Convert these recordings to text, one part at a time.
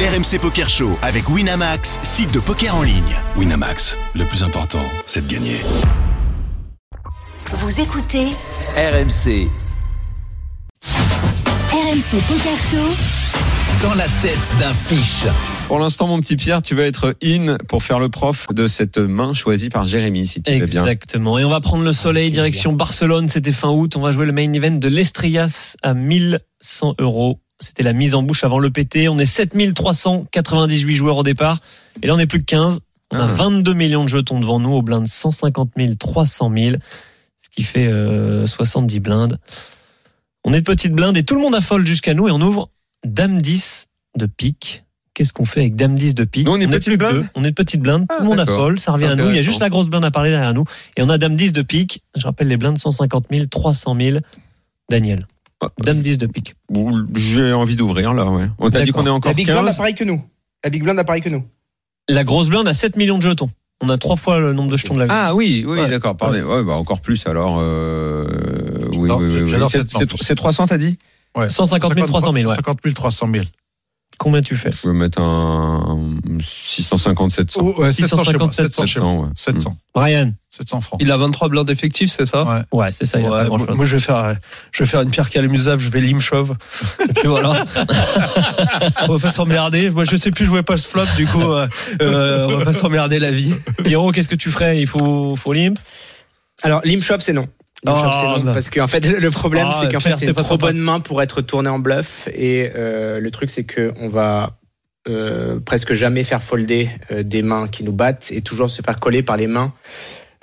RMC Poker Show avec Winamax, site de poker en ligne. Winamax, le plus important, c'est de gagner. Vous écoutez RMC, RMC Poker Show. dans la tête d'un fiche. Pour l'instant, mon petit Pierre, tu vas être in pour faire le prof de cette main choisie par Jérémy, si tu veux bien. Ah, Exactement. Et on va prendre le soleil, direction Barcelone. C'était fin août. On va jouer le main event de l'Estrellas à 1100 euros. C'était la mise en bouche avant le PT. On est 7398 joueurs au départ. Et là, on n'est plus que 15. On a Ah. 22 millions de jetons devant nous au blind 150 000, 300 000. Ce qui fait euh, 70 blindes. On est de petites blindes et tout le monde affole jusqu'à nous. Et on ouvre Dame 10 de pique. Qu'est-ce qu'on fait avec Dame 10 de pique Nous, on est petite plus que blinde deux. On est de petites blindes. Ah, tout le monde d'accord. affole. Ça revient à nous. Il y a juste Intéressant. la grosse blinde à parler derrière nous. Et on a Dame 10 de pique. Je rappelle les blindes 150 000, 300 000. Daniel. Ah. Dame 10 de pique. Ouh, J'ai envie d'ouvrir là, ouais. On t'a dit D'accord. qu'on est encore La Big Blind a 15. pareil que nous. La Big Blind a pareil que nous. La grosse blinde a 7 millions de jetons. On a trois fois le nombre de jetons de la blinde. Ah oui, oui, Ouais. d'accord, pardon. Ouais, bah, encore plus alors. euh, Oui, J'adore- oui, oui, oui. j'adore C'est- cette c'est- main. C'est 300, t'as dit Ouais. 150 000, 300 000, ouais. 50 000, 300 000. Combien tu fais Je vais mettre un 650, 700. Oh, euh, ouais, 700 chez moi. 650, 700 chez moi. 700, ouais. 700. Brian. 700 francs. Il a 23 blindes effectives, c'est ça Ouais. Ouais, c'est ça. Il y a Ouais, pas moi, grand chose. moi, je vais faire, euh, je vais faire une pierre Calémusave, je vais l'imchauve. Et puis voilà. on va pas s'emmerder. Moi, je sais plus jouer pas ce flop, du coup, euh, euh, on va pas s'emmerder la vie. Pierrot, qu'est-ce que tu ferais Il faut, faut limp. Alors, l'imshop, c'est non. L'imshop, Ah, c'est non. bah. Parce qu'en fait, le problème, Ah, c'est qu'en Pierre, fait, t'es c'est une pas trop sympa. bonne main pour être tourné en bluff. Et euh, le truc, c'est qu'on va euh, presque jamais faire folder euh, des mains qui nous battent et toujours se faire coller par les mains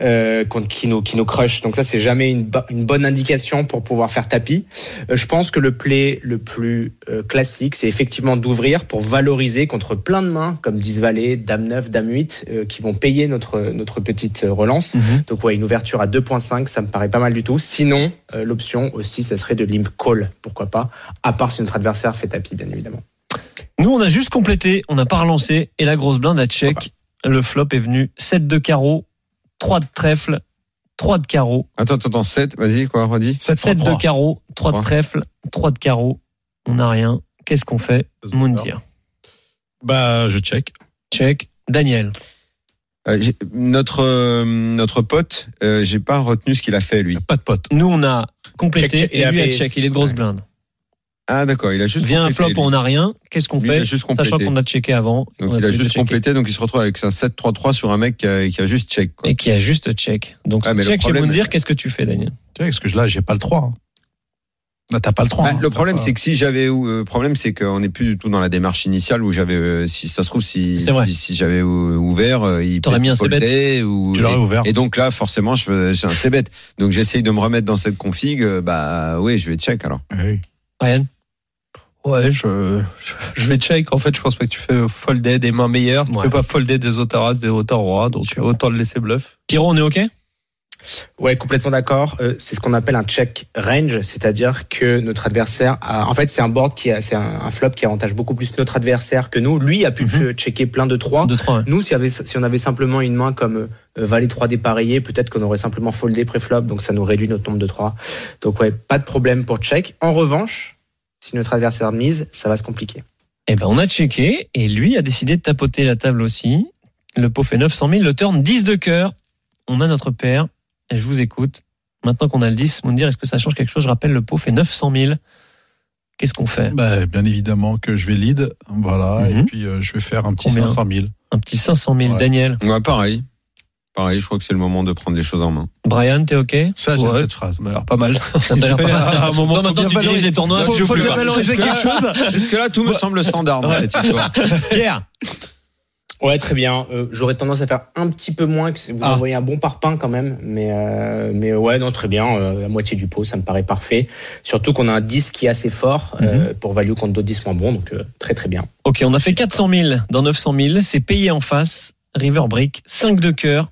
euh, qu'on- qui, nous, qui nous crush. Donc ça, c'est jamais une, bo- une bonne indication pour pouvoir faire tapis. Euh, je pense que le play le plus euh, classique, c'est effectivement d'ouvrir pour valoriser contre plein de mains, comme 10 valets, dame 9, dame 8, euh, qui vont payer notre, notre petite euh, relance. Donc ouais, une ouverture à 2.5, ça me paraît pas mal du tout. Sinon, euh, l'option aussi, ça serait de limp call, pourquoi pas, à part si notre adversaire fait tapis, bien évidemment. Nous, on a juste complété, on n'a pas relancé, et la grosse blinde a check. Le flop est venu 7 de carreau, 3 de trèfle, 3 de carreau, Mm. Attends, attends, attends, 7, vas-y, quoi, redis 7 3. de carreau, 3 de Trois. trèfle, 3 de carreau. On n'a rien. Qu'est-ce qu'on fait Moundir. Bah, je check. Check. Daniel. Euh, j'ai- notre, euh, notre pote, euh, j'ai pas retenu ce qu'il a fait lui. Pas de pote. Nous, on a complété Check, check. Il et a lui a fait- check. Il est de grosse Ouais. blinde. Ah d'accord, il a juste Vient un flop, complété, lui. on n'a rien. Qu'est-ce qu'on Lui, il a fait juste Sachant complété. qu'on a checké avant. et Donc il qu'on a plus de juste bah, checker. complété, donc il se retrouve avec un 7-3-3 sur un mec qui a, qui a juste check. Quoi. Et qui a juste check. Donc, Ah, mais le check chez problème- Moundir, qu'est-ce que tu fais, Daniel Tu vois, parce que là, j'ai pas le 3. hein. Là, t'as pas le 3. Bah, hein. le problème, T'as pas- c'est que si j'avais, euh, problème, c'est qu'on n'est plus du tout dans la démarche initiale où j'avais, euh, si ça se trouve, si, C'est vrai. si, si j'avais euh, ouvert, euh, il T'aurais mis un foldait ou Tu l'aurais ouvert. et donc là, forcément, je fais- j'ai un c bête. Donc j'essaye de me remettre dans cette config. euh, Bah oui, je vais check alors. Oui. Brian Ouais, je, je, je vais check. En fait, je pense pas que tu fais folder des mains meilleures. Tu Ouais. peux pas folder des otaras, des rois donc autant le laisser bluff. Pierrot, on est OK Hein Ouais, complètement d'accord. Euh, c'est ce qu'on appelle un check range, c'est-à-dire que notre adversaire, a- en fait, c'est un board qui, a- c'est un, un flop qui avantage beaucoup plus notre adversaire que nous. Lui a pu checker plein de 3. 2-3. Nous, si, avait, si on avait simplement une main comme euh, Valet 3 dépareillé, peut-être qu'on aurait simplement foldé préflop, donc ça nous réduit notre nombre de 3. Donc ouais, pas de problème pour check. En revanche, si notre adversaire mise, ça va se compliquer. Eh ben, on a checké et lui a décidé de tapoter la table aussi. Le pot fait 900 000, le turn 10 de cœur. On a notre paire et je vous écoute. Maintenant qu'on a le 10, vous me dire est-ce que ça change quelque chose Je rappelle, le pot fait 900 000. Qu'est-ce qu'on fait Bah, bien évidemment que je vais lead. Voilà. Mhm. Et puis, euh, je vais faire un petit Combien 500 000. Un petit 500 000. Ouais. Daniel, Ouais, pareil. Pareil, je crois que c'est le moment de prendre les choses en main. Brian, t'es OK Ça, j'aime Ouais. cette phrase. Ça Bah, m'a l'air pas mal. Ça t'a l'air pas mal. À un moment, Non, maintenant, faut tu bien diriges valoriser- les tournois. Faut- tu joues faut plus. bien valoriser quelque chose. Jusque-là, tout me semble standard dans cette histoire. Pierre, Ouais, très bien. Euh, J'aurais tendance à faire un petit peu moins, que vous Ah. envoyez un bon parpaing quand même. Mais, euh, mais ouais, non, très bien. Euh, la moitié du pot, ça me paraît parfait. Surtout qu'on a un 10 qui est assez fort euh, pour value contre d'autres 10 moins bons, donc euh, très très bien. OK, on a fait 400 000 dans 900 000. C'est payé en face. River Brick, 5 de cœur.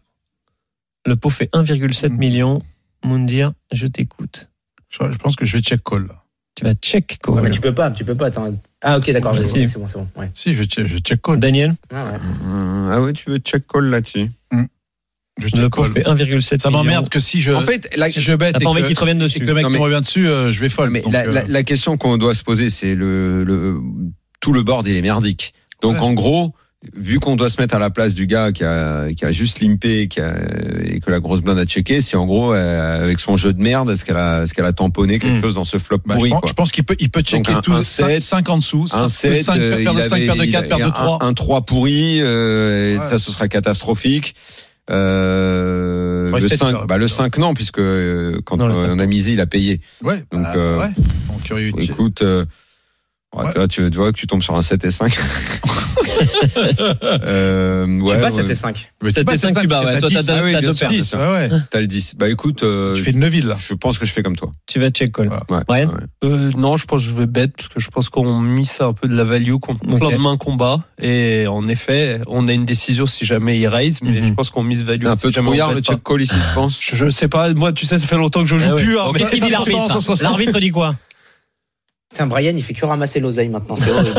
Le pot fait 1,7 Mm. million. Moundir, je t'écoute. Je, je pense que je vais check call. là. Tu vas check call. Ah, mais tu peux pas, tu peux pas. attends. Ah ok, d'accord, Vas-y. c'est bon, c'est bon, c'est bon. Ouais. Si, je vais check, je check call. Daniel, Ah, ouais. Euh, ah ouais, tu veux check call là-dessus. Je le check cours call. fait 1,7 Ça m'emmerde que si je, En fait, la, si je bête T'as et pas envie que, qu'ils te reviennent et dessus. que le mec Non, mais- me revient dessus, euh, je vais folle. mais Donc, la, euh, la- la question qu'on doit se poser, c'est le, le- tout le board il est merdique. Donc Ouais. en gros, vu qu'on doit se mettre à la place du gars qui a, qui a juste limpé et qui a- et que la grosse blinde a checké, c'est en gros euh, avec son jeu de merde, est-ce qu'elle a, est-ce qu'elle a tamponné quelque Mm. chose dans ce flop Bah, pourri je, pense, quoi. je pense qu'il peut, il peut checker un- tout. un 5, sept, en dessous. Un 5, 7, euh, paire de il 5, avait- paire de il 4, a- paire de un- 3. Un 3 pourri, euh, et Ouais. ça ce sera catastrophique. Euh, Ouais, le sept, 5, j'aurais bah, le pu dire. 5 non, puisque euh, quand Non, le euh, cinq, on a misé, il a payé. Ouais, Donc, bah, euh, ouais. Bon, curieux. de- Écoute, euh, ouais, Ouais. Tu, vois, tu, tu vois que tu tombes sur un 7 et 5. euh, tu ouais, passes ouais. à 5 Mais T'as tu tes passes 5 cinq, tu barres, t'as ouais. Toi, t'as 10, ah deux- oui, t'as bien deux sûr. paires. dix. 10, ouais, ouais. T'as le 10. Bah écoute, euh, Tu fais de Neuville, là. je pense que je fais comme toi. Tu vas check call. Ouais. Ouais. Brian ouais. Euh, non, je pense que je vais bête parce que je pense qu'on mise ça un peu de la value contre Ok. plein de mains combat. Et en effet, on a une décision si jamais il raise, mais Mhm. je pense qu'on mise value. C'est un si peu jamais on brouillard bet le pas. check call ici, je pense. Je, je sais pas. Moi, tu sais, ça fait longtemps que je joue Ah ouais. plus. hein, Ok, mais- il dit l'arbitre. L'arbitre dit quoi Putain, Brian, il fait que ramasser l'oseille maintenant, c'est horrible.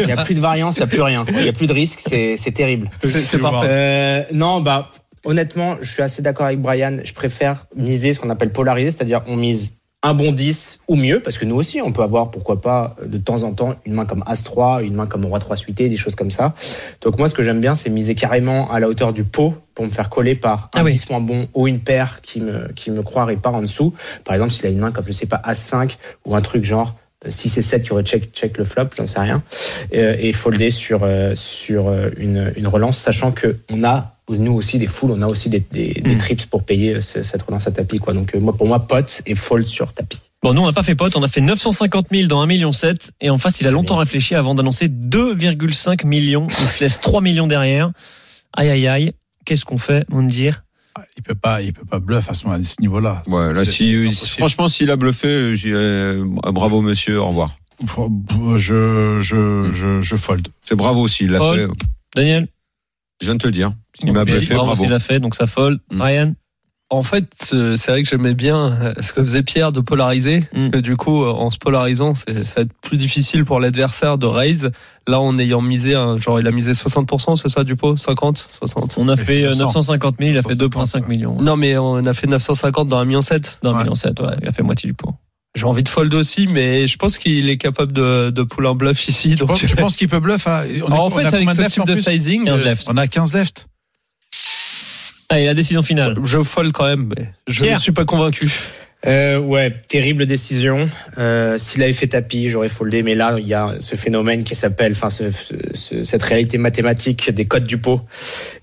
Il n'y a plus de variance, quoi. Il n'y a plus de variance, il n'y a plus rien. quoi. Il n'y a plus de risque, c'est c'est terrible. C'est parfait. Euh, non, bah, honnêtement, je suis assez d'accord avec Brian. Je préfère miser ce qu'on appelle polariser, c'est-à-dire on mise un bon 10 ou mieux, parce que nous aussi, on peut avoir, pourquoi pas, de temps en temps, une main comme As-3, une main comme Roi-3 suité, des choses comme ça. Donc moi, ce que j'aime bien, c'est miser carrément à la hauteur du pot pour me faire coller par un Ah oui. 10 moins bon ou une paire qui me, qui me croirait pas en dessous. Par exemple, s'il a une main comme, je sais pas, As-5 ou un truc genre euh, 6 et 7 qui aurait check, check le flop, j'en sais rien euh, et folder sur, euh, sur euh, une, une relance, sachant que on a, nous aussi, des foules, on a aussi des, des, des trips pour payer euh, ce- cette relance à tapis. Quoi. Donc, euh, moi, pour moi, pote et fold sur tapis. Bon, nous, on n'a pas fait pote, on a fait 950 000 dans 1,7 million. Et en face, il a longtemps réfléchi avant d'annoncer 2,5 millions. Il se laisse 3 millions derrière. Aïe, aïe, aïe. Qu'est-ce qu'on fait, Moundir Il peut pas, il peut pas bluff à ce, moment- à ce niveau-là. Ouais, là, si, C'est- c'est si- impossible. franchement, s'il a bluffé, euh, j'y- euh, bravo monsieur, au revoir. je, je, je, je fold. C'est bravo s'il l'a Paul. fait. Daniel Je viens de te le dire. S'il Non, m'a mais- bluffé, Bravo, bravo. il a fait, donc ça fold. Mm. Brian En fait, euh, c'est vrai que j'aimais bien euh, ce que faisait Pierre de polariser. Mm. Parce que du coup, euh, en se polarisant, c'est- ça va être plus difficile pour l'adversaire de raise. Là, en ayant misé, un- genre, il a misé 60%, c'est ça, du pot 50 60 On a fait euh, 900. 950 000, il a fait 2,5 ouais. millions. Non, mais on a fait 950 dans 1,7 million. Dans 1,7 Ouais. million, ouais, il a fait moitié du pot. J'ai envie de fold aussi, mais je pense qu'il est capable de, de pull un bluff ici. Je Donc... pense, je pense qu'il peut bluff à, on Alors, a- en on fait, a avec combien de ce left type en de plus sizing, 15 euh, left. On a 15 left. Allez, la décision finale. Euh, je fold quand même, mais je Pierre. ne suis pas convaincu. Euh, ouais, terrible décision. Euh, S'il avait fait tapis, j'aurais foldé. Mais là, il y a ce phénomène qui s'appelle, enfin, ce- ce- cette réalité mathématique des codes du pot.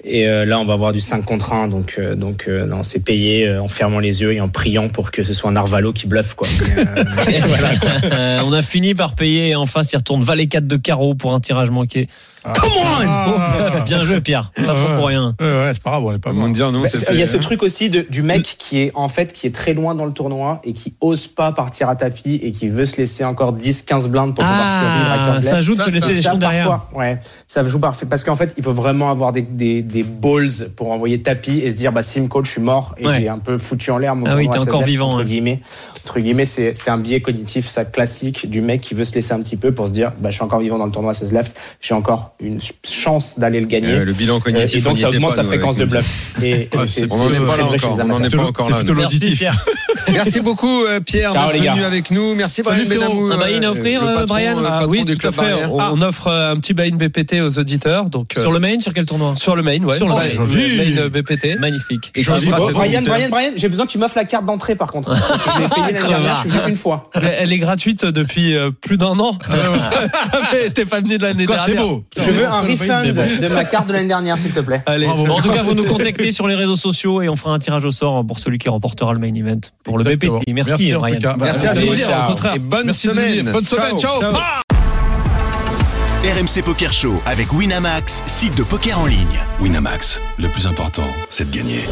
Et euh, là, on va avoir du 5 contre 1. Donc, euh, donc euh, non, c'est payé euh, en fermant les yeux et en priant pour que ce soit un Arvalo qui bluffe. Quoi. Mais, euh, et voilà, quoi. Euh, on a fini par payer et en face, il retourne valet 4 de carreau pour un tirage manqué. Come Bon, bien joué, Pierre. Pas Ah ouais. pour rien. Ouais, ouais, c'est pas grave, on est pas Pas bon. moins de dire, non, Bah, c'est Il y a fait, ce hein. truc aussi de, du mec qui est en fait qui est très loin dans le tournoi et qui ose pas partir à tapis et qui veut se laisser encore 10 15 blindes pour pouvoir survivre à 15 Ah, ça left. ajoute de laisser les ça, choses derrière. parfois, ouais, ça joue parfait parce qu'en fait, il faut vraiment avoir des, des, des balls pour envoyer tapis et se dire bah si il me coach, je suis mort et Ouais. j'ai un peu foutu en l'air mon Ah oui, tournoi t'es à 16 encore left, vivant, entre hein. guillemets. Entre guillemets, c'est c'est un biais cognitif ça classique du mec qui veut se laisser un petit peu pour se dire bah je suis encore vivant dans le tournoi à 16 left, j'ai encore une chance d'aller le gagner. Euh, le bilan Euh, cognitif. Ah, et donc on y ça était augmente pas, sa nous, fréquence de avec une- bluff. Et, et Ouais, c'est c'est- Ah, c'est- on en est c'est pas là vrai chez encore, les on en est amateurs. pas encore là, plutôt nous. Merci, l'auditif. Pierre. Merci beaucoup euh, Pierre Ciao, d'être les gars. venu avec nous. Merci Salut, Brian Ah, Féro. Benamou. bah, Un buy-in à euh, offrir, le euh, patron, Brian euh, Ah patron oui, du tout à club fait. Barrière. On, on offre euh, un petit buy-in BPT aux auditeurs. Donc, euh, Sur le main, sur quel tournoi sur le main, ouais. Sur le Ouais, main. main euh, BPT. Magnifique. Et Jean-Yves Bon, Brassens, Oh, Brian, auditeur. Ah, Brian, Brian, j'ai besoin que tu m'offres la carte d'entrée par contre. Parce que je l'ai payé l'année dernière, je suis venu une fois. Mais Elle est gratuite depuis euh, plus d'un an. Ah. Ça fait- T'es pas venu de l'année Quoi, C'est dernière. beau. Je veux un refund C'est de ma carte de l'année dernière, s'il te plaît. Allez, Bravo. Bon, en tout cas, vous nous contactez sur les réseaux sociaux et on fera un tirage au sort pour celui qui remportera le main event pour Exactement. le BPT. Merci, Merci, en Brian. tout cas. Merci à Allez, tous. ciao. Au contraire. Et bonne Merci de semaine. venir. Bonne semaine. Ciao. RMC Poker Show avec Winamax, site de poker en ligne. Winamax, le plus important, c'est de gagner.